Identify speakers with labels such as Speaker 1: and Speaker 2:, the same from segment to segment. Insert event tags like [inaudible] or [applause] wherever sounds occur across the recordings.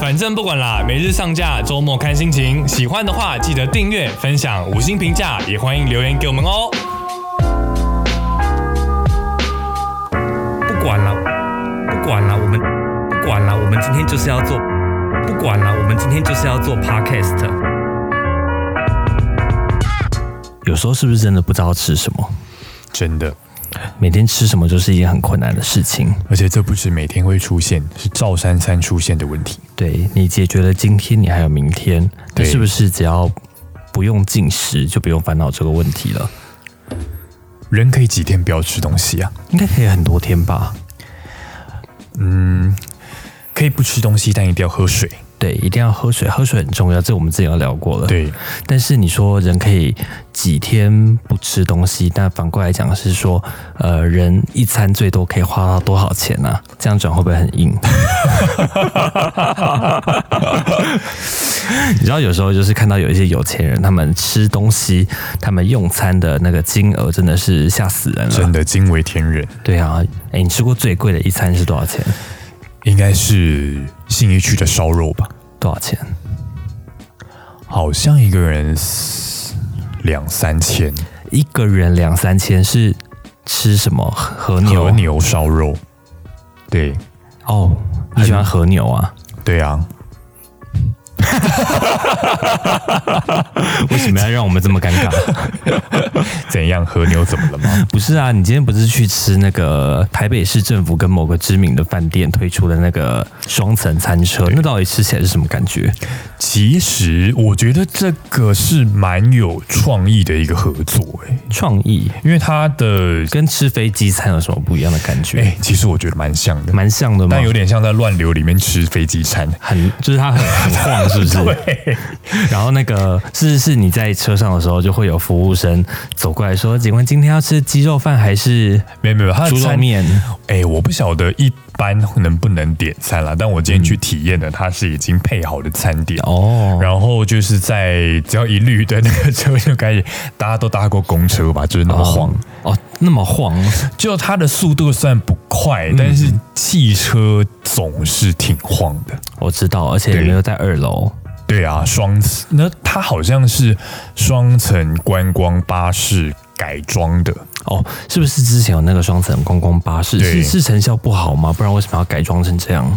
Speaker 1: 反正不管啦，每日上架，周末看心情。喜欢的话记得订阅、分享、五星评价，也欢迎留言给我们哦。
Speaker 2: 不管了，不管了，我们不管了，我们今天就是要做，不管了，我们今天就是要做 podcast。有时候是不是真的不知道吃什么？
Speaker 3: 真的，
Speaker 2: 每天吃什么就是一件很困难的事情。
Speaker 3: 而且这不是每天会出现，是赵珊珊出现的问题。
Speaker 2: 对你解决了今天，你还有明天，那
Speaker 3: 对
Speaker 2: 是不是只要不用进食，就不用烦恼这个问题了？
Speaker 3: 人可以几天不要吃东西啊？
Speaker 2: 应该可以很多天吧？
Speaker 3: 可以不吃东西，但一定要喝水。
Speaker 2: 对，一定要喝水，喝水很重要，这我们之前有聊过了。
Speaker 3: 对，
Speaker 2: 但是你说人可以几天不吃东西，但反过来讲是说，呃，人一餐最多可以花到多少钱呢、啊？这样转会不会很硬？ [laughs] 你知道有时候就是看到有一些有钱人，他们吃东西，他们用餐的那个金额真的是吓死人
Speaker 3: 真
Speaker 2: 了。
Speaker 3: 的惊为天人，
Speaker 2: 对啊，哎、你吃过最贵的一餐是多少钱？
Speaker 3: 应该是信义区的烧肉吧？
Speaker 2: 多少钱？
Speaker 3: 好像一个人四两三千，
Speaker 2: 一个人两三千是吃什么和牛？
Speaker 3: 和牛烧肉。对，
Speaker 2: 哦，你喜欢和牛啊？
Speaker 3: 对啊，
Speaker 2: 为什么要让我们这么尴
Speaker 3: [laughs]
Speaker 2: 尬？
Speaker 3: 怎样和牛怎么了吗？ [laughs]
Speaker 2: 不是啊，你今天不是去吃那个台北市政府跟某个知名的饭店推出的那个双层餐车，那到底吃起来是什么感觉？
Speaker 3: 其实我觉得这个是蛮有创意的一个合作、欸，
Speaker 2: 创意
Speaker 3: 因为它的
Speaker 2: 跟吃飞机餐有什么不一样的感觉？
Speaker 3: 哎、其实我觉得蛮像的，
Speaker 2: 蛮像的吗
Speaker 3: 但？有点像在乱流里面吃飞机餐。
Speaker 2: 很就是它很很晃，是不是？
Speaker 3: [laughs] 对，
Speaker 2: 然后那个是是你在车上的时候，就会有服务生走过来说：“警官，今天要吃鸡肉饭还是
Speaker 3: 没有没有，它的
Speaker 2: 猪肉
Speaker 3: 啊餐，
Speaker 2: 面
Speaker 3: 哎、我不晓得一般能不能点餐啦，但我今天去体验的，它是已经配好的餐点？”。
Speaker 2: 哦，
Speaker 3: 然后就是在只要一绿灯，那个车就开始，大家都搭过公车吧，就是那么晃。
Speaker 2: 哦，那么晃，
Speaker 3: 就它的速度虽然不
Speaker 2: 嗯
Speaker 3: 快，但是汽车总是挺晃的。
Speaker 2: 我知道，而且你
Speaker 3: 对
Speaker 2: 们又在二楼。
Speaker 3: 对啊，双那它好像是双层观光巴士改装的，
Speaker 2: 哦，是不是之前有那个双层观光巴士？
Speaker 3: 对
Speaker 2: 是是成效不好吗？不然为什么要改装成这样？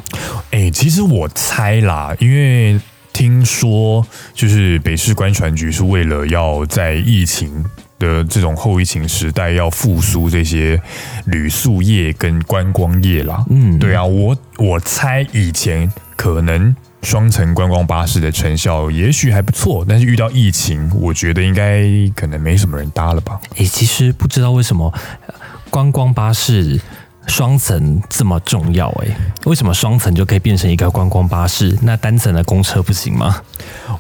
Speaker 3: 哎、其实我猜啦，因为听说就是北市观船局是为了要在疫情的这种后疫情时代要复苏这些旅宿业跟观光业啦。
Speaker 2: 嗯
Speaker 3: 对啊，我我猜以前可能。双层观光巴士的成效也许还不错，但是遇到疫情，我觉得应该可能没什么人搭了吧。
Speaker 2: 诶、其实不知道为什么呃观光巴士双层这么重要、诶，为什么双层就可以变成一个观光巴士？那单层的公车不行吗？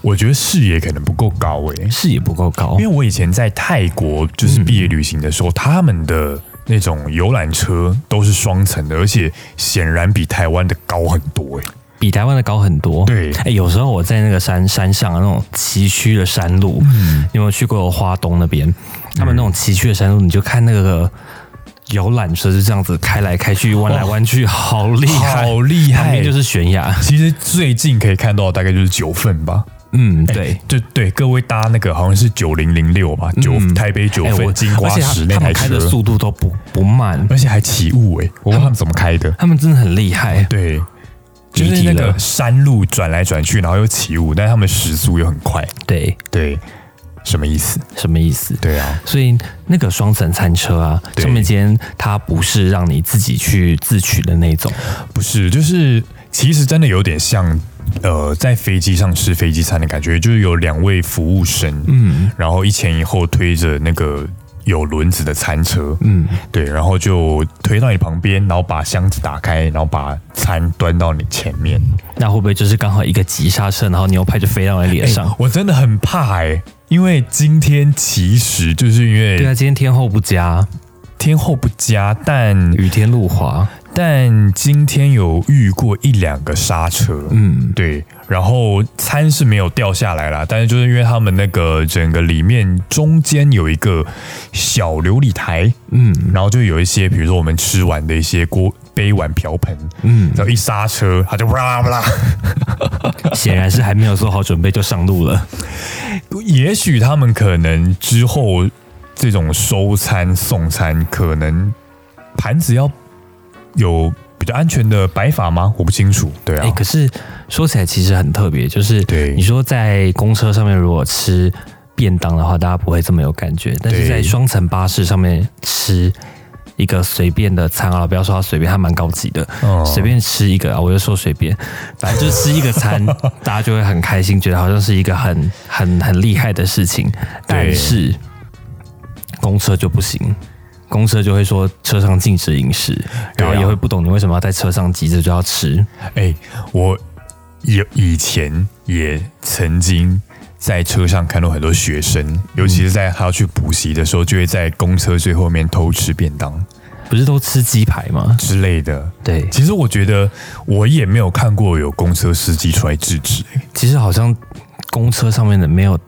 Speaker 3: 我觉得视野可能不够高欸诶、
Speaker 2: 视野不够高
Speaker 3: 因为。我以前在泰国就是毕业旅行的时候，他们的那种游览车都是双层的，而且显然比台湾的高很多欸诶、
Speaker 2: 比台湾的高很多。
Speaker 3: 对
Speaker 2: 哎、有时候我在那个山山上啊那种崎岖的山路，
Speaker 3: 嗯
Speaker 2: 你有没有去过花东那边？他们那种崎岖的山路，你就看那个游览车是这样子开来开去、弯来弯去，好厉害，
Speaker 3: 好厉害
Speaker 2: 旁边就是悬崖。
Speaker 3: 其实最近可以看到的大概就是九份吧，
Speaker 2: 嗯，
Speaker 3: 哎
Speaker 2: 对。
Speaker 3: 就对，各位搭那个好像是九零零六吧，九、台北九
Speaker 2: 哎
Speaker 3: 份、金瓜
Speaker 2: 而且
Speaker 3: 石
Speaker 2: 他
Speaker 3: 那
Speaker 2: 他们
Speaker 3: 台
Speaker 2: 开
Speaker 3: 车
Speaker 2: 的，速度都不不慢，
Speaker 3: 而且还起雾诶、我问他们怎么开的，
Speaker 2: 他们真的很厉害。
Speaker 3: 对。就
Speaker 2: 离题
Speaker 3: 是那
Speaker 2: 了
Speaker 3: 个山路转来转去，然后又起雾，但他们时速又很快。
Speaker 2: 对，
Speaker 3: 对，什么意思？
Speaker 2: 什么意思？
Speaker 3: 对啊，
Speaker 2: 所以那个双层餐车啊，
Speaker 3: 对
Speaker 2: 上面间它不是让你自己去自取的那种，
Speaker 3: 不是，就是其实真的有点像，呃，在飞机上吃飞机餐的感觉，就是有两位服务生，嗯，然后一前一后推着那个有轮子的餐车，嗯，对，然后就推到你旁边，然后把箱子打开，然后把餐端到你前面。
Speaker 2: 那会不会就是刚好一个急刹车，然后牛排就飞到你脸上？
Speaker 3: 我真的很怕哎、因为今天其实就是因
Speaker 2: 对啊，
Speaker 3: 为
Speaker 2: 今天天候不佳，
Speaker 3: 天候不佳，但
Speaker 2: 雨天路滑，
Speaker 3: 但今天有遇过一两个刹车，嗯，对，然后餐是没有掉下来啦，但是就是因为他们那个整个里面中间有一个小琉璃台，嗯，然后就有一些比如说我们吃完的一些锅。杯碗瓢盆，嗯，然后一刹车，它就哇啦哇啦，
Speaker 2: 显然是还没有做好准备就上路了。
Speaker 3: 也许他们可能之后这种收餐送餐，可能盘子要有比较安全的摆法吗？我不清楚。对啊，
Speaker 2: 哎、可是说起来其实很特别，就是
Speaker 3: 对
Speaker 2: 你说在公车上面如果吃便当的话，大家不会这么有感觉，但是
Speaker 3: 对
Speaker 2: 在双层巴士上面吃。一个随便的餐啊，不要说它随便，它蛮高级的。
Speaker 3: 嗯
Speaker 2: 随、便吃一个啊，我就说随便，反正就吃一个
Speaker 3: [laughs]
Speaker 2: 餐，大家就会很开心，觉得好像是一个很很很厉害的事情。但是公车就不行，公车就会说车上禁止饮食，然后
Speaker 3: 对啊
Speaker 2: 也会不懂你为什么要在车上急着就要吃。
Speaker 3: 哎、我有以前也曾经在车上看到很多学生，尤其是在他要去补习的时候，就会在公车最后面偷吃便当
Speaker 2: 不是都吃鸡排吗？
Speaker 3: 之类的。
Speaker 2: 对，
Speaker 3: 其实我觉得我也没有看过有公车司机出来制止、哎
Speaker 2: 其实好像公车上面的没有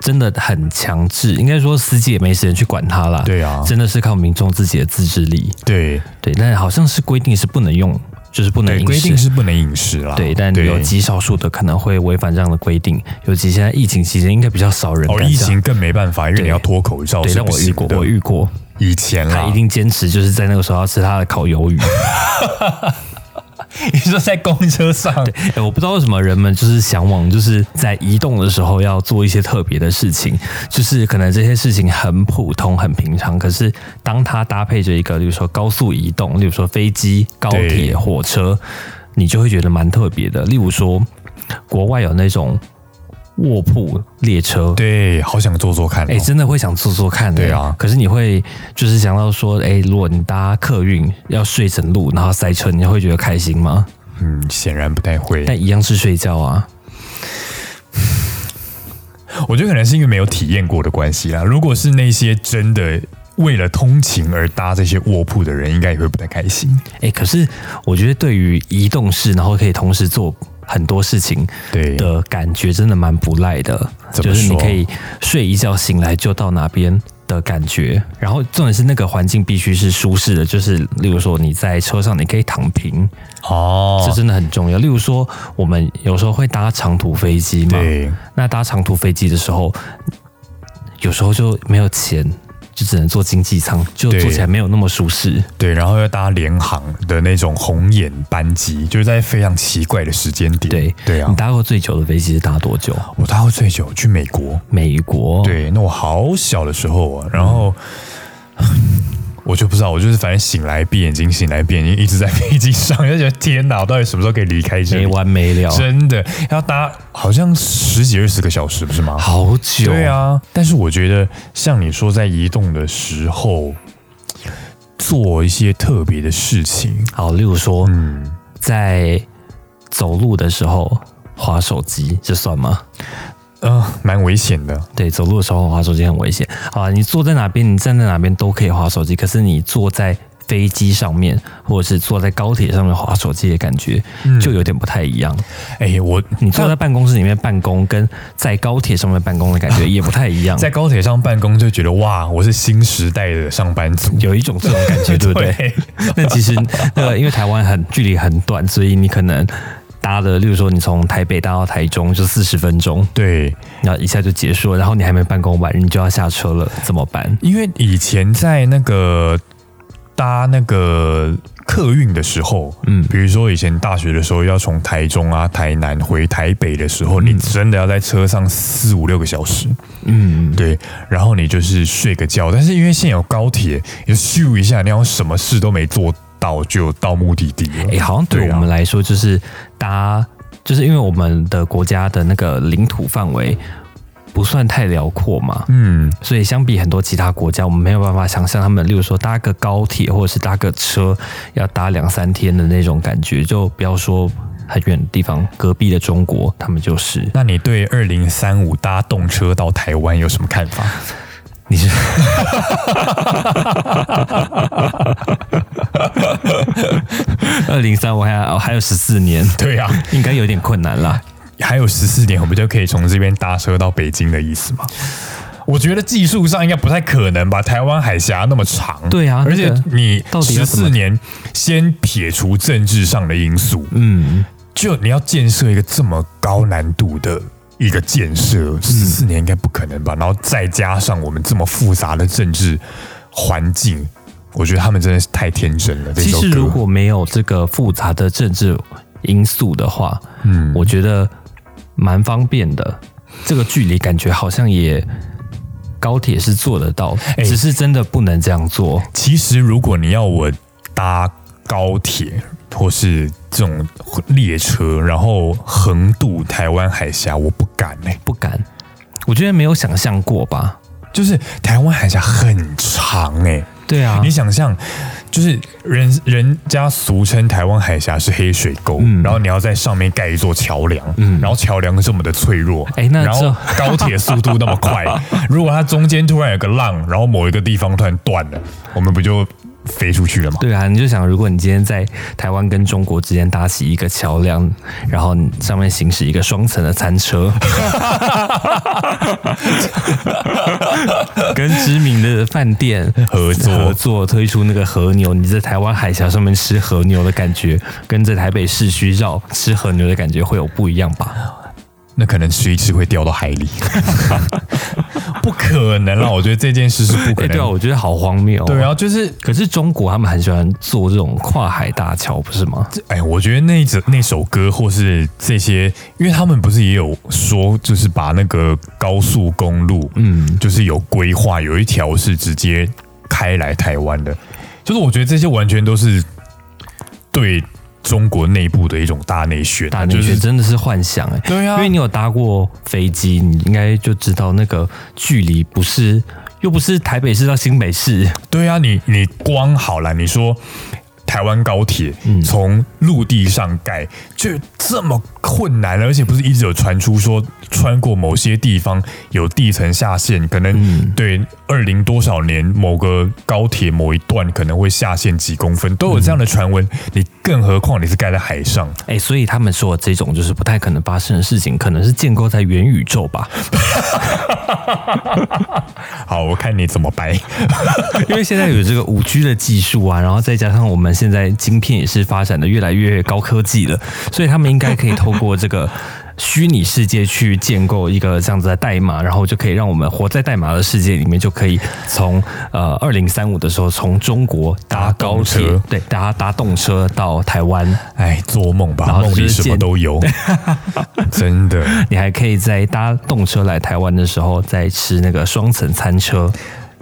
Speaker 2: 真的很强制，应该说司机也没时间去管他啦。
Speaker 3: 对啊
Speaker 2: 真的是靠民众自己的自制力。
Speaker 3: 对
Speaker 2: 对，但好像是规定是不能用，就是不能
Speaker 3: 对，
Speaker 2: 饮
Speaker 3: 规定
Speaker 2: 食。
Speaker 3: 是不能饮食啦。
Speaker 2: 对，但有极少数的可能会违反这样的规定，尤其现在疫情期间，应该比较少人敢
Speaker 3: 哦，
Speaker 2: 这样。
Speaker 3: 疫情更没办法，因为
Speaker 2: 对
Speaker 3: 你要脱口罩
Speaker 2: 对，
Speaker 3: 是
Speaker 2: 但
Speaker 3: 不
Speaker 2: 我遇
Speaker 3: 行
Speaker 2: 过，
Speaker 3: 的。
Speaker 2: 我遇过，
Speaker 3: 以前
Speaker 2: 他
Speaker 3: 啦，
Speaker 2: 一定坚持就是在那个时候要吃他的烤鱿鱼。
Speaker 3: 你说在公车上，
Speaker 2: 欸我不知道为什么人们就是向往，就是在移动的时候要做一些特别的事情，就是可能这些事情很普通、很平常，可是当它搭配着一个，例如说高速移动，例如说飞机、高
Speaker 3: 对
Speaker 2: 铁、火车，你就会觉得蛮特别的。例如说，国外有那种卧铺列车，
Speaker 3: 对，好想做做看、哦。
Speaker 2: 哎、真的会想做做看、欸。
Speaker 3: 对啊
Speaker 2: 可是你会就是想到说，哎、如果你搭客运要睡整路，然后塞车，你会觉得开心吗？
Speaker 3: 嗯，显然不太会。
Speaker 2: 但一样是睡觉啊。
Speaker 3: 我觉得可能是因为没有体验过的关系啦。如果是那些真的为了通勤而搭这些卧铺的人，应该也会不太开心。
Speaker 2: 哎、可是我觉得对于移动式，然后可以同时做很多事情
Speaker 3: 对
Speaker 2: 的感觉，真的蛮不赖的。
Speaker 3: 怎
Speaker 2: 就
Speaker 3: 么
Speaker 2: 是你
Speaker 3: 说
Speaker 2: 可以睡一觉醒来就到哪边的感觉，然后重点是那个环境必须是舒适的，就是例如说你在车上你可以躺平，这
Speaker 3: 哦，
Speaker 2: 真的很重要。例如说我们有时候会搭长途飞机嘛，
Speaker 3: 对，
Speaker 2: 那搭长途飞机的时候，有时候就没有钱，就只能坐经济舱，就
Speaker 3: 对
Speaker 2: 坐起来没有那么舒适。
Speaker 3: 对，然后要搭联航的那种红眼班机，就是在非常奇怪的时间点。
Speaker 2: 对
Speaker 3: 对啊
Speaker 2: 你，搭过最久的飞机是搭多久？
Speaker 3: 我搭过最久去美国，
Speaker 2: 美国，，
Speaker 3: 对，那我好小的时候啊，然后。
Speaker 2: 嗯
Speaker 3: [sighs] 我就不知道，我就是反正醒来闭眼睛，醒来闭眼睛，一直在飞机上，就觉得天哪，我到底什么时候可以离开这里
Speaker 2: 没？完没了，
Speaker 3: 真的要搭好像十几二十个小时，不是吗？
Speaker 2: 好久，
Speaker 3: 对，啊，但是我觉得像你说在移动的时候做一些特别的事情，
Speaker 2: 好，例如说、
Speaker 3: 嗯，
Speaker 2: 在走路的时候划手机，这算吗？
Speaker 3: 呃，蛮危险的。
Speaker 2: 对，走路的时候划手机很危险啊！你坐在哪边，你站在哪边都可以划手机，可是你坐在飞机上面，或者是坐在高铁上面划手机的感觉，
Speaker 3: 嗯
Speaker 2: 就有点不太一样。
Speaker 3: 哎、我
Speaker 2: 你坐在办公室里面办公，跟在高铁上面办公的感
Speaker 3: [laughs]
Speaker 2: 觉也不太一样，
Speaker 3: 在高铁上办公就觉得哇，我是新时代的上班族，
Speaker 2: 有一种这种感
Speaker 3: [laughs]
Speaker 2: 觉，对不对？ [laughs] 那其实那个因为台湾很距离很短，所以你可能搭的，例如说你从台北搭到台中就四十分钟，
Speaker 3: 对，
Speaker 2: 然后一下就结束了，然后你还没办公完，你就要下车了，怎么办？
Speaker 3: 因为以前在那个搭那个客运的时候，嗯，比如说以前大学的时候要从台中啊、台南回台北的时候，你真的要在车上四五六个小时，
Speaker 2: 嗯，
Speaker 3: 对，然后你就是睡个觉。但是因为现在有高铁，你就咻一下，你要什么事都没做到就到目的地了。
Speaker 2: 诶，哎好像对
Speaker 3: 对啊
Speaker 2: 我们来说就是搭，就是因为我们的国家的那个领土范围不算太辽阔嘛，
Speaker 3: 嗯，
Speaker 2: 所以相比很多其他国家，我们没有办法想象他们，例如说搭个高铁或者是搭个车，要搭两三天的那种感觉，就不要说很远的地方，隔壁的中国他们就是。
Speaker 3: 那你对二零三五搭动车到台湾有什么看法？
Speaker 2: 你是二零三，我还哦还有十四年，
Speaker 3: 对啊，
Speaker 2: 应该有点困难啦。
Speaker 3: 还有十四点，我们就可以从这边搭车到北京的意思吗？我觉得技术上应该不太可能吧，台湾海峡那么长，
Speaker 2: 对啊
Speaker 3: 而且
Speaker 2: 那个
Speaker 3: 你
Speaker 2: 到底要
Speaker 3: 十
Speaker 2: 怎么
Speaker 3: 四年，先撇除政治上的因素，
Speaker 2: 嗯，
Speaker 3: 就你要建设一个这么高难度的一个建设，
Speaker 2: 嗯
Speaker 3: 十四年应该不可能吧？然后再加上我们这么复杂的政治环境，我觉得他们真的是太天真了。这
Speaker 2: 其
Speaker 3: 首
Speaker 2: 实
Speaker 3: 歌
Speaker 2: 如果没有这个复杂的政治因素的话，
Speaker 3: 嗯
Speaker 2: 我觉得蛮方便的。这个距离感觉好像也高铁是做得到，
Speaker 3: 哎
Speaker 2: 只是真的不能这样做。
Speaker 3: 其实如果你要我搭高铁或是这种列车，然后横渡台湾海峡，我不敢哎、
Speaker 2: 不敢。我觉得没有想象过吧？
Speaker 3: 就是台湾海峡很长哎、
Speaker 2: 对啊
Speaker 3: 你想象，就是人人家俗称台湾海峡是黑水沟，
Speaker 2: 嗯
Speaker 3: 然后你要在上面盖一座桥梁，
Speaker 2: 嗯
Speaker 3: 然后桥梁这么的脆弱，
Speaker 2: 哎那
Speaker 3: 然后
Speaker 2: 这
Speaker 3: 高铁速度那么
Speaker 2: [laughs]
Speaker 3: 快，如果它中间突然有个浪，然后某一个地方突然断了，我们不就飞出去了吗？
Speaker 2: 对啊，你就想，如果你今天在台湾跟中国之间搭起一个桥梁，然后你上面行驶一个双层的餐车，跟知名的饭店
Speaker 3: 合作
Speaker 2: 合作推出那个和牛，你在台湾海峡上面吃和牛的感觉，跟在台北市区绕吃和牛的感觉会有不一样吧？
Speaker 3: 那可能吃一吃会掉到海里， [laughs] 不可能啦！我觉得这件事是不可
Speaker 2: 哎，
Speaker 3: 能。
Speaker 2: 对啊，我觉得好荒谬、哦。
Speaker 3: 对啊，就是
Speaker 2: 可是中国他们很喜欢做这种跨海大桥，不是吗？
Speaker 3: 哎，我觉得那一则那首歌或是这些，因为他们不是也有说，就是把那个高速公路，嗯，就是有规划，有一条是直接开来台湾的，就是我觉得这些完全都是对中国内部的一种大内宣，啊
Speaker 2: 大内
Speaker 3: 就
Speaker 2: 宣
Speaker 3: 是
Speaker 2: 真的是幻想哎、
Speaker 3: 对啊
Speaker 2: 因为你有搭过飞机，你应该就知道那个距离不是，又不是台北市到新北市，
Speaker 3: 对啊，你你光好了，你说台湾高铁
Speaker 2: 嗯
Speaker 3: 从陆地上盖、就这么困难了，而且不是一直有传出说穿过某些地方有地层下陷，可
Speaker 2: 嗯
Speaker 3: 能对二零多少年某个高铁某一段可能会下陷几公分，都有这样的传闻。你更何况你是盖在海上，
Speaker 2: 哎、所以他们说的这种就是不太可能发生的事情，可能是建构在元宇宙吧，
Speaker 3: 好，我看你怎么掰。
Speaker 2: 因为现在有这个五 G 的技术啊，然后再加上我们现在晶片也是发展的越来越高科技了，所以他们应该可以透过这个虚拟世界去建构一个这样子的代码，然后就可以让我们活在代码的世界里面，就可以从呃二零三五的时候从中国搭高铁
Speaker 3: 搭动车，
Speaker 2: 对，搭搭动车到台湾，
Speaker 3: 哎，做梦吧，
Speaker 2: 然后
Speaker 3: 梦里
Speaker 2: 就是
Speaker 3: 什么
Speaker 2: 见
Speaker 3: 都
Speaker 2: [laughs]
Speaker 3: 有，真的。
Speaker 2: 你还可以在搭动车来台湾的时候再吃那个双层餐车，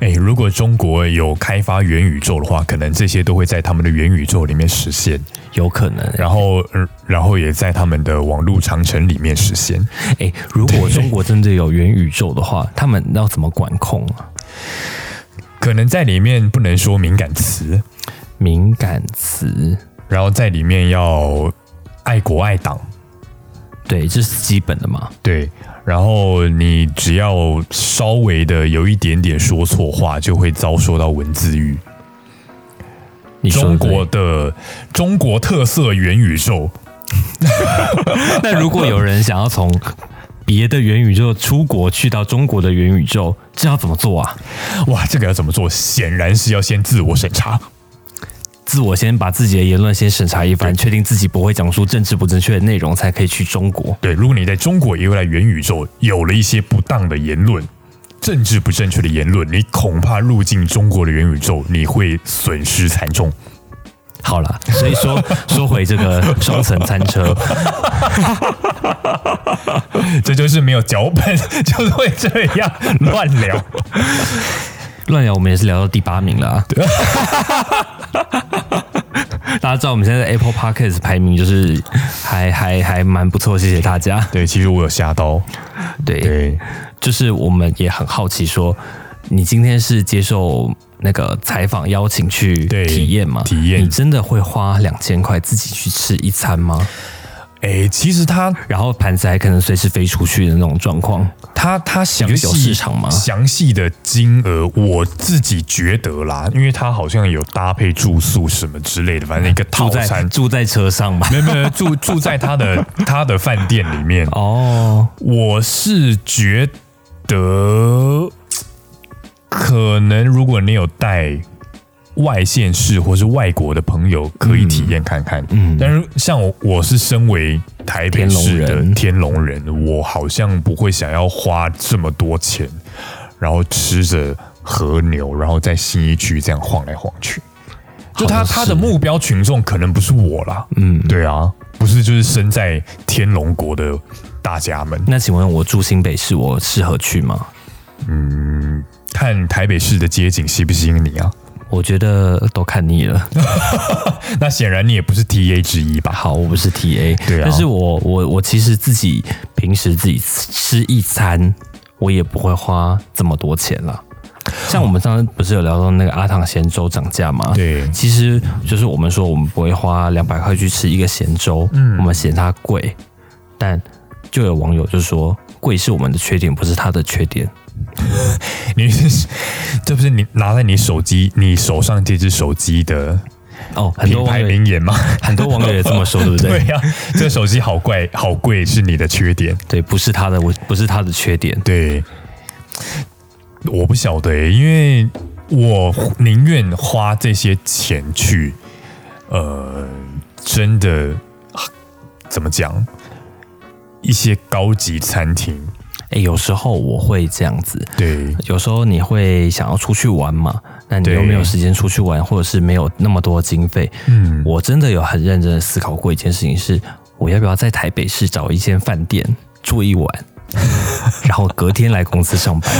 Speaker 3: 哎、如果中国有开发元宇宙的话，可能这些都会在他们的元宇宙里面实现，
Speaker 2: 有可能、
Speaker 3: 然后，呃然后也在他们的网络长城里面实现。
Speaker 2: 哎、如果中国真的有元宇宙的话，他们要怎么管控啊？
Speaker 3: 可能在里面不能说敏感词，
Speaker 2: 敏感词，
Speaker 3: 然后在里面要爱国爱党，
Speaker 2: 对，这是基本的嘛。
Speaker 3: 对。然后你只要稍微的有一点点说错话，就会遭受到文字狱。
Speaker 2: 你说的
Speaker 3: 中
Speaker 2: 对
Speaker 3: 国的中国特色元宇宙，
Speaker 2: 那如果有人想要从别的元宇宙出国去到中国的元宇宙，这要怎么做啊？
Speaker 3: 哇，这个要怎么做？显然是要先自我审查。
Speaker 2: 自我先把自己的言论先审查一番，确定自己不会讲出政治不正确的内容，才可以去中国。
Speaker 3: 对，如果你在中国也未来元宇宙有了一些不当的言论、政治不正确的言论，你恐怕入境中国的元宇宙，你会损失惨 [laughs] 重。
Speaker 2: 好了，所以
Speaker 3: [laughs]
Speaker 2: 说说回这个双层餐车，
Speaker 3: 这就是没有脚本， [laughs] 就是会这样乱聊。
Speaker 2: 乱聊我们也是聊到第八名
Speaker 3: [laughs]
Speaker 2: 了、啊。大家知道我们现在 Apple Podcast 排名就是还还还蛮不错，谢谢大家。
Speaker 3: 对，其实我有吓到。
Speaker 2: 对，
Speaker 3: 对，
Speaker 2: 就是我们也很好奇说，你今天是接受那个采访邀请去
Speaker 3: 对
Speaker 2: 体验吗？
Speaker 3: 体验
Speaker 2: 你真的会花两千块自己去吃一餐吗？
Speaker 3: 哎，其实他
Speaker 2: 然后盘子还可能随时飞出去的那种状况，
Speaker 3: 他他详
Speaker 2: 你觉得有
Speaker 3: 细
Speaker 2: 市场吗
Speaker 3: 详细的金额我自己觉得啦，因为他好像有搭配住宿什么之类的，反正一个
Speaker 2: 住
Speaker 3: 套
Speaker 2: 在
Speaker 3: 餐。
Speaker 2: 住在车上吧。
Speaker 3: 没有没有没有，住住在他的 [laughs] 他的饭店里面
Speaker 2: 哦，
Speaker 3: 我是觉得，可能如果你有带外县市或是外国的朋友可以体验看看。嗯，但是像我，我是身为台北
Speaker 2: 天
Speaker 3: 市
Speaker 2: 龙
Speaker 3: 的
Speaker 2: 人
Speaker 3: 天龙人，我好像不会想要花这么多钱，然后吃着和牛，然后在新一区这样晃来晃去。就他
Speaker 2: 好像是
Speaker 3: 他的目标群众可能不是我啦，嗯，对啊，不是就是身在天龙国的大家们。
Speaker 2: 那请问我住新北市，我适合去吗？
Speaker 3: 看台北市的街景吸不吸引你啊？
Speaker 2: 我觉得都看腻了。
Speaker 3: 那显然你也不是 T A 之一吧？
Speaker 2: 好，我不是 T A，
Speaker 3: 对啊
Speaker 2: 但是我我我其实自己平时自己吃一餐，我也不会花这么多钱啦。像我们上次不是有聊到那个阿唐咸粥涨价吗？
Speaker 3: 对
Speaker 2: 其实就是我们说我们不会花两百块去吃一个咸粥，
Speaker 3: 嗯
Speaker 2: 我们嫌它贵，但就有网友就说贵是我们的缺点，不是它的缺点。
Speaker 3: 你是这不是你拿在你手机你手上这只手机的
Speaker 2: 哦，很多
Speaker 3: 品
Speaker 2: 网
Speaker 3: 牌
Speaker 2: 友
Speaker 3: 名言吗？
Speaker 2: 很多网友也这么说，对不对？
Speaker 3: [laughs] 对呀、这手机好
Speaker 2: [laughs]
Speaker 3: 怪好贵是你的缺点。
Speaker 2: 对，不是它的，我不是它的缺点。
Speaker 3: 对，我不晓得欸、因为我宁愿花这些钱去，呃，真的怎么讲，一些高级餐厅。
Speaker 2: 哎，有时候我会这样子，
Speaker 3: 对，
Speaker 2: 有时候你会想要出去玩嘛，那你
Speaker 3: 对
Speaker 2: 又没有时间出去玩，或者是没有那么多经费。
Speaker 3: 嗯，
Speaker 2: 我真的有很认真的思考过一件事情是，我要不要在台北市找一间饭店住一晚，
Speaker 3: [laughs]
Speaker 2: 然后隔天来公司上班？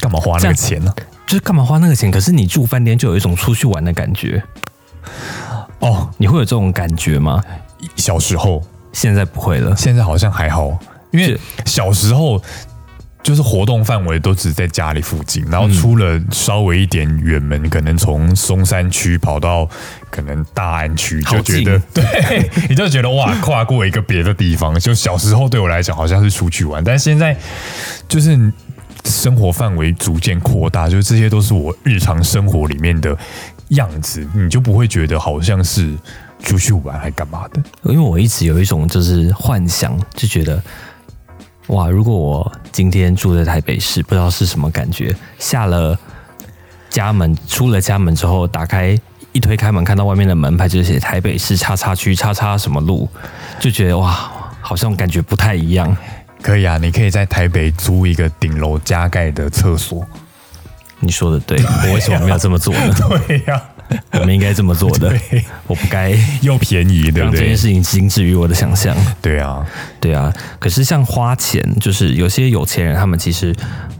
Speaker 3: 干嘛花那个钱呢、
Speaker 2: 就是干嘛花那个钱？可是你住饭店就有一种出去玩的感觉，
Speaker 3: 哦，
Speaker 2: 你会有这种感觉吗？
Speaker 3: 小时候，
Speaker 2: 现在不会了。
Speaker 3: 现在好像还好，因为
Speaker 2: 是
Speaker 3: 小时候就是活动范围都只在家里附近，然后出了稍微一点远门，可能从松山区跑到可能大安区，
Speaker 2: 好
Speaker 3: 就觉得 [laughs] 对，你就觉得哇，跨过一个别的地方。就小时候对我来讲好像是出去玩，但现在就是。生活范围逐渐扩大，就是这些都是我日常生活里面的样子，你就不会觉得好像是出去玩还干嘛的。
Speaker 2: 因为我一直有一种就是幻想，就觉得哇，如果我今天住在台北市，不知道是什么感觉。下了家门，出了家门之后，打开一推开门，看到外面的门牌就是写台北市叉叉区叉叉什么路，就觉得哇，好像感觉不太一样。
Speaker 3: 可以啊，你可以在台北租一个顶楼加盖的厕 [laughs] 所。
Speaker 2: 你说的对，我为什么没有这么做呢？
Speaker 3: 对呀、
Speaker 2: 我们应该这么做的
Speaker 3: 对，
Speaker 2: 我不该
Speaker 3: 又便宜，对
Speaker 2: 让
Speaker 3: 不
Speaker 2: 这件
Speaker 3: 对？
Speaker 2: 事情仅止于我的想象。
Speaker 3: 对啊，
Speaker 2: 对啊，可是像花钱，就是有些有钱人，他们其实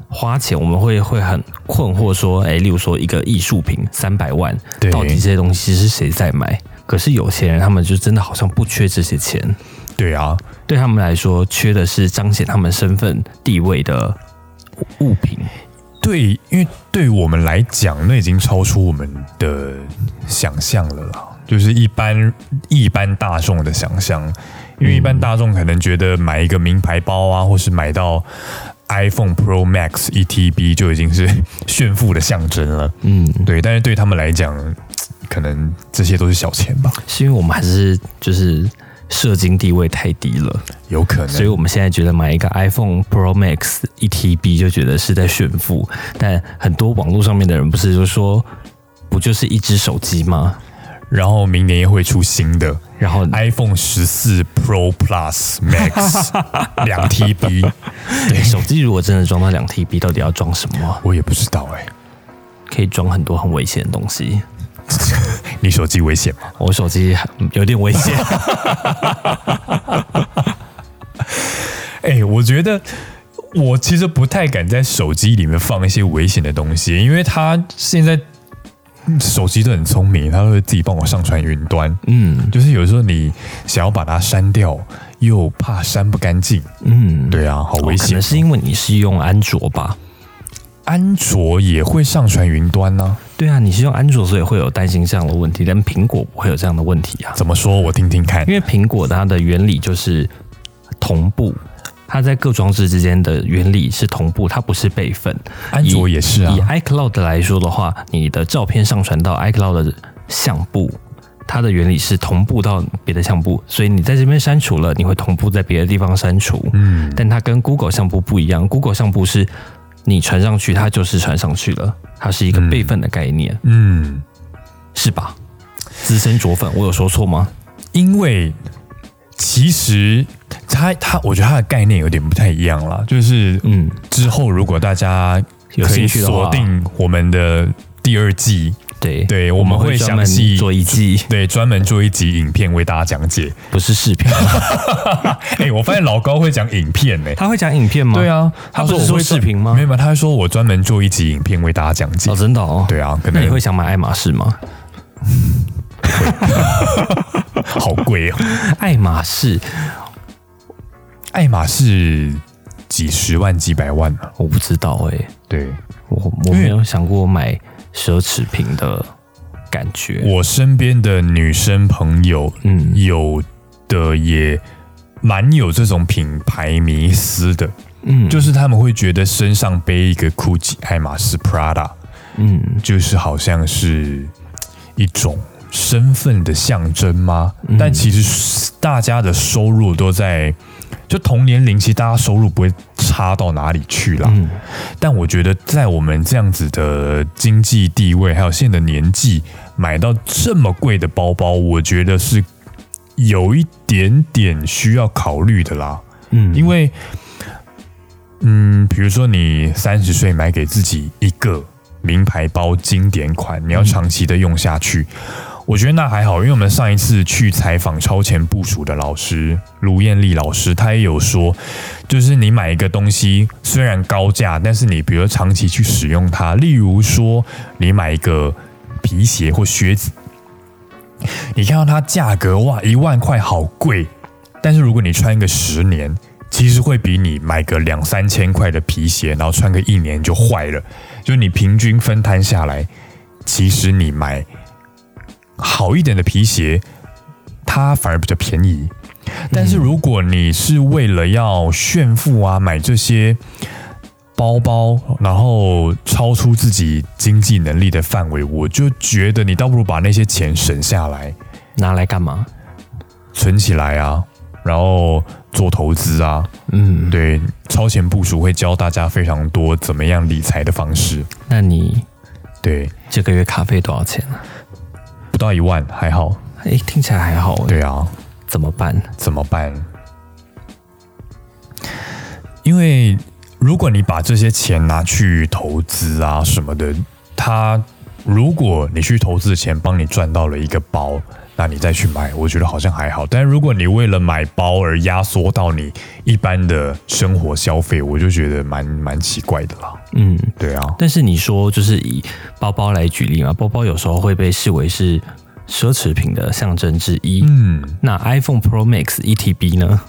Speaker 2: 花钱，我们会会很困惑，说，哎，例如说一个艺术品三百万，
Speaker 3: 对
Speaker 2: 到底这些东西是谁在买？可是有钱人，他们就真的好像不缺这些钱，
Speaker 3: 对啊，
Speaker 2: 对他们来说，缺的是彰显他们身份地位的物品。
Speaker 3: 对，因为对我们来讲，那已经超出我们的想象了啦。就是一般一般大众的想象，因为一般大众可能觉得买一个名牌包啊，或是买到 iPhone Pro Max ETB 就已经是炫富的象征了。
Speaker 2: 嗯，
Speaker 3: 对，但是对他们来讲，可能这些都是小钱吧，
Speaker 2: 是因为我们还是就是社经地位太低了，
Speaker 3: 有可能。
Speaker 2: 所以我们现在觉得买一个 iPhone Pro Max 一 TB 就觉得是在炫富，但很多网络上面的人不是就说，不就是一只手机吗？
Speaker 3: 然后明年又会出新的
Speaker 2: 然后
Speaker 3: iPhone 十四 Pro Plus [laughs] Max 两 TB，
Speaker 2: 对手机如果真的装到两 TB，到底要装什么？
Speaker 3: 我也不知道哎、
Speaker 2: 可以装很多很危险的东西。
Speaker 3: 你手机危险吗？
Speaker 2: 我手机有点危险，
Speaker 3: 哎、我觉得我其实不太敢在手机里面放一些危险的东西，因为它现在手机都很聪明，它会自己帮我上传云端。
Speaker 2: 嗯
Speaker 3: 就是有时候你想要把它删掉，又怕删不干净。
Speaker 2: 嗯，
Speaker 3: 对啊，好
Speaker 2: 哦
Speaker 3: [laughs] 危
Speaker 2: 可能
Speaker 3: 险。
Speaker 2: 是因为你是用安卓吧？
Speaker 3: 安卓也会上传云端呢、
Speaker 2: 对啊，你是用安卓，所以会有担心这样的问题，但苹果不会有这样的问题啊。
Speaker 3: 怎么说？我听听看
Speaker 2: 因。为苹果它的原理就是同步，它在各装置之间的原理是同步，它不是备份。
Speaker 3: 安卓也是啊
Speaker 2: 以。iCloud 来说的话，你的照片上传到 iCloud 的相簿，它的原理是同步到别的相簿，所以你在这边删除了，你会同步在别的地方删除。嗯，但它跟 Google 相簿不一样，Google 相簿是你传上去，它就是传上去了，它是一个备份的概念，
Speaker 3: 嗯，
Speaker 2: 是吧？资深着粉，我有说错吗？
Speaker 3: 因为其实它它，我觉得它的概念有点不太一样啦。就是
Speaker 2: 嗯，
Speaker 3: 之后如果大家
Speaker 2: 有
Speaker 3: 可以
Speaker 2: 兴趣的话
Speaker 3: 锁定我们的第二季，
Speaker 2: 对
Speaker 3: 对我们会
Speaker 2: 专门
Speaker 3: 详细
Speaker 2: 做一
Speaker 3: [laughs]
Speaker 2: 季，
Speaker 3: 对，专门做一集影片为大家讲
Speaker 2: [laughs]
Speaker 3: 解。
Speaker 2: 不是视频。
Speaker 3: [laughs] 哎、我发现老高会讲影片呢、
Speaker 2: 他会讲影片吗？
Speaker 3: 对，啊，
Speaker 2: 他
Speaker 3: 说
Speaker 2: 不是
Speaker 3: 我会
Speaker 2: 说视频吗
Speaker 3: 没有，没有他还说我专门做一集影片为大家讲解。
Speaker 2: 哦，真的哦。
Speaker 3: 对啊，可
Speaker 2: 那
Speaker 3: 能
Speaker 2: 你会想买爱马仕吗？
Speaker 3: 好贵哦。
Speaker 2: 爱马仕
Speaker 3: 爱马仕几十万、几百万啊，
Speaker 2: 我不知道哎、
Speaker 3: 对
Speaker 2: 我我没有想过买奢侈品的感觉。
Speaker 3: 我身边的女生朋友，
Speaker 2: 嗯
Speaker 3: 有的也蛮有这种品牌迷思的，
Speaker 2: 嗯，
Speaker 3: 就是他们会觉得身上背一个 GUCCI、爱哎马仕、Prada，
Speaker 2: 嗯
Speaker 3: 就是好像是一种身份的象征吗？
Speaker 2: 嗯
Speaker 3: 但其实大家的收入都在。就同年龄，其实大家收入不会差到哪里去啦。
Speaker 2: 嗯，
Speaker 3: 但我觉得，在我们这样子的经济地位，还有现在的年纪，买到这么贵的包包，我觉得是有一点点需要考虑的啦。
Speaker 2: 嗯
Speaker 3: 因为，嗯，比如说你三十岁买给自己一个名牌包，经典款，你要长期的用下去。我觉得那还好，因为我们上一次去采访超前部署的老师卢艳丽老师，她也有说，就是你买一个东西虽然高价，但是你比如长期去使用它，例如说你买一个皮鞋或靴子，你看到它价格哇一万块好贵，但是如果你穿个十年，其实会比你买个两三千块的皮鞋，然后穿个一年就坏了。就你平均分摊下来，其实你买好一点的皮鞋，它反而比较便宜。但是如果你是为了要炫富啊，买这些包包，然后超出自己经济能力的范围，我就觉得你倒不如把那些钱省下来，
Speaker 2: 拿来干嘛？
Speaker 3: 存起来啊，然后做投资啊。
Speaker 2: 嗯，
Speaker 3: 对，超前部署会教大家非常多怎么样理财的方式。
Speaker 2: 那你
Speaker 3: 对，
Speaker 2: 这个月卡费多少钱啊？
Speaker 3: 不到一万还好。
Speaker 2: 哎，听起来还好。，
Speaker 3: 对啊，
Speaker 2: 怎么办？
Speaker 3: 怎么办？因为如果你把这些钱拿去投资啊什么的，它如果你去投资的钱帮你赚到了一个包，那你再去买，我觉得好像还好。但如果你为了买包而压缩到你一般的生活消费，我就觉得蛮蛮奇怪的啦。
Speaker 2: 嗯，
Speaker 3: 对啊，
Speaker 2: 但是你说就是以包包来举例嘛，包包有时候会被视为是奢侈品的象征之一。
Speaker 3: 嗯。
Speaker 2: 那 iPhone Pro Max ETB 呢？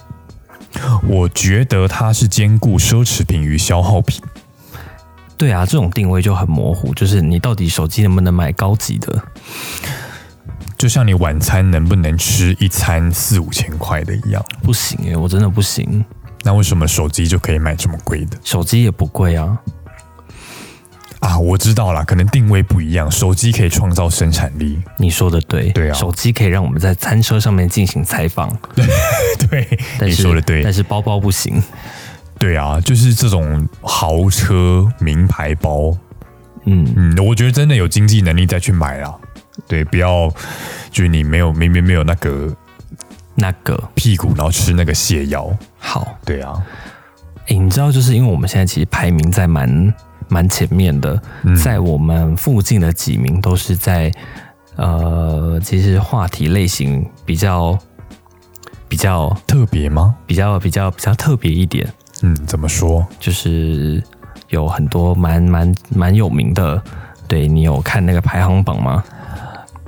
Speaker 3: 我觉得它是兼顾奢侈品与消耗品。
Speaker 2: 对啊，这种定位就很模糊，就是你到底手机能不能买高级的？
Speaker 3: 就像你晚餐能不能吃一餐四五千块的一样，
Speaker 2: 不行诶、我真的不行。
Speaker 3: 那为什么手机就可以买这么贵的
Speaker 2: 手机也不贵啊，
Speaker 3: 啊？我知道啦，可能定位不一样，手机可以创造生产力。 [laughs]
Speaker 2: 你说的对，
Speaker 3: 对啊
Speaker 2: 手机可以让我们在餐车上面进行采访，
Speaker 3: 对，
Speaker 2: 但
Speaker 3: 你
Speaker 2: 是
Speaker 3: 说的对
Speaker 2: 但，是包包不行，
Speaker 3: 对啊，就是这种豪车、名牌包，
Speaker 2: 嗯，
Speaker 3: 嗯，我觉得真的有经济能力再去买啦。对，不要就是你没有明明没有那个
Speaker 2: 那个
Speaker 3: 屁股，然后吃那个泻药。
Speaker 2: 好，
Speaker 3: 对啊，
Speaker 2: 诶，你知道，就是因为我们现在其实排名在蛮蛮前面的，
Speaker 3: 嗯
Speaker 2: 在我们附近的几名都是在呃，其实话题类型比较比较
Speaker 3: 特别吗？
Speaker 2: 比较比较比较特别一点，
Speaker 3: 嗯，怎么说？
Speaker 2: 就是有很多蛮蛮蛮有名的。对你有看那个排行榜吗？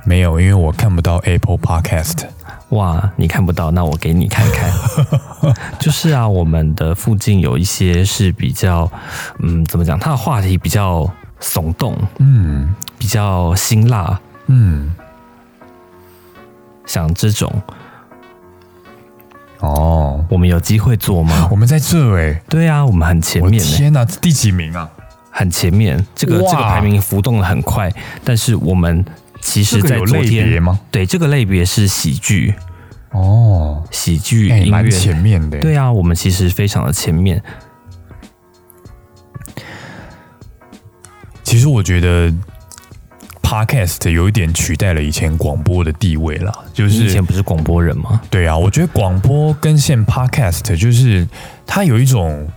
Speaker 3: 没有，因为我看不到 Apple Podcast。
Speaker 2: 哇，你看不到，那我给你看看。
Speaker 3: [laughs]
Speaker 2: 就是啊，我们的附近有一些是比较，嗯，怎么讲？它的话题比较耸动，
Speaker 3: 嗯
Speaker 2: 比较辛辣，
Speaker 3: 嗯，
Speaker 2: 像这种，
Speaker 3: 哦，
Speaker 2: 我们有机会做吗？
Speaker 3: 我们在这哎、
Speaker 2: 对啊，我们很前
Speaker 3: 我
Speaker 2: 面、欸，
Speaker 3: 天哪、第几名啊？
Speaker 2: 很前面。这个
Speaker 3: 哇
Speaker 2: 这个排名浮动的很快，但是我们其实，
Speaker 3: 这个
Speaker 2: 在
Speaker 3: 有
Speaker 2: 昨
Speaker 3: 类别
Speaker 2: 天
Speaker 3: 吗？
Speaker 2: 对，这个类别是喜剧，
Speaker 3: 哦，
Speaker 2: 喜剧
Speaker 3: 哎、
Speaker 2: 音
Speaker 3: 蛮
Speaker 2: 乐。
Speaker 3: 前面的、欸。
Speaker 2: 对啊，我们其实非常的前面。
Speaker 3: 其实我觉得 podcast 有一点取代了以前广播的地位啦，就
Speaker 2: 你以
Speaker 3: 是
Speaker 2: 前不是广播人吗？
Speaker 3: 对啊，我觉得广播跟现 podcast 就是它有一种，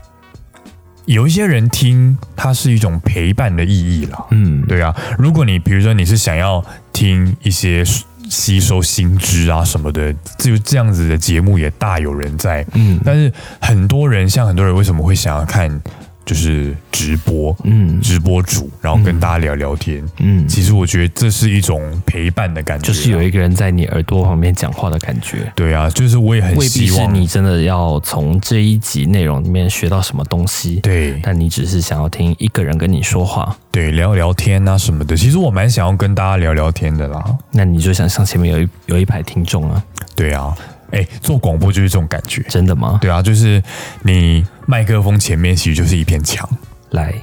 Speaker 3: 有一些人听它是一种陪伴的意义啦。
Speaker 2: 嗯，
Speaker 3: 对啊，如果你比如说你是想要听一些吸收新知啊什么的，就这样子的节目也大有人在。
Speaker 2: 嗯
Speaker 3: 但是很多人，像很多人为什么会想要看就是直播，
Speaker 2: 嗯
Speaker 3: 直播主，然后跟大家聊聊天。
Speaker 2: 嗯，
Speaker 3: 其实我觉得这是一种陪伴的感觉啊，
Speaker 2: 就是有一个人在你耳朵旁边讲话的感觉。
Speaker 3: 对啊，就是我也很
Speaker 2: 未必
Speaker 3: 希
Speaker 2: 是
Speaker 3: 望
Speaker 2: 你真的要从这一集内容里面学到什么东西，
Speaker 3: 对
Speaker 2: 但你只是想要听一个人跟你说话，
Speaker 3: 对聊聊天啊什么的。其实我蛮想要跟大家聊聊天的啦。
Speaker 2: 那你就想像前面有一有一排听众啊，
Speaker 3: 对啊，哎，做广播就是这种感觉。
Speaker 2: 真的吗？
Speaker 3: 对啊，就是你麦克风前面其实就是一片墙。
Speaker 2: 来，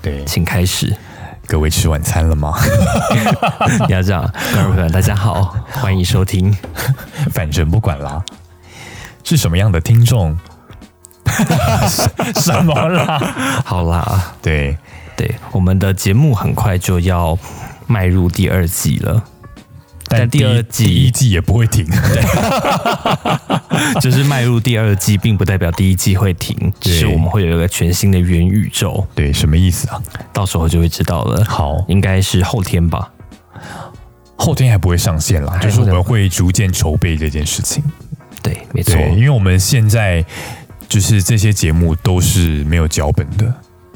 Speaker 3: 对，
Speaker 2: 请开始。
Speaker 3: 各位吃晚餐了吗？ [laughs]
Speaker 2: 你要这样，观众朋友们，大家好，欢迎收听。
Speaker 3: 反正不管啦。是什么样的听众？什么啦？
Speaker 2: [laughs] 好啦，
Speaker 3: 对，
Speaker 2: 对，我们的节目很快就要迈入第二季了，但第
Speaker 3: 一
Speaker 2: 二季
Speaker 3: 第一季也不会
Speaker 2: [laughs]
Speaker 3: 停。
Speaker 2: 就是迈入第二季，并不代表第一季会停，只是
Speaker 3: 对
Speaker 2: 我们会有一个全新的元宇宙，
Speaker 3: 对，什么意思啊？
Speaker 2: 到时候就会知道了。
Speaker 3: 好
Speaker 2: 应该是后天吧。
Speaker 3: 后天还不会上线啦，
Speaker 2: 还
Speaker 3: 就是我
Speaker 2: 不
Speaker 3: 们
Speaker 2: 了
Speaker 3: 会逐渐筹备这件事情。
Speaker 2: 对，没错。
Speaker 3: 对，因为我们现在就是这些节目都是没有脚本的。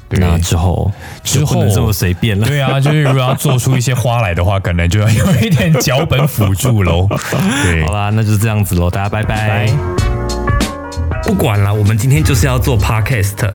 Speaker 3: 对，
Speaker 2: 那 [laughs] 之后
Speaker 3: 之
Speaker 2: 就不能
Speaker 3: 后
Speaker 2: 这么随便了。
Speaker 3: 对啊，就是如果要做出一些花来的话，可能就要有一点脚本辅助喽。对
Speaker 2: 好，啦，那就这样子喽，大家拜拜。不管了，我们今天就是要做 podcast，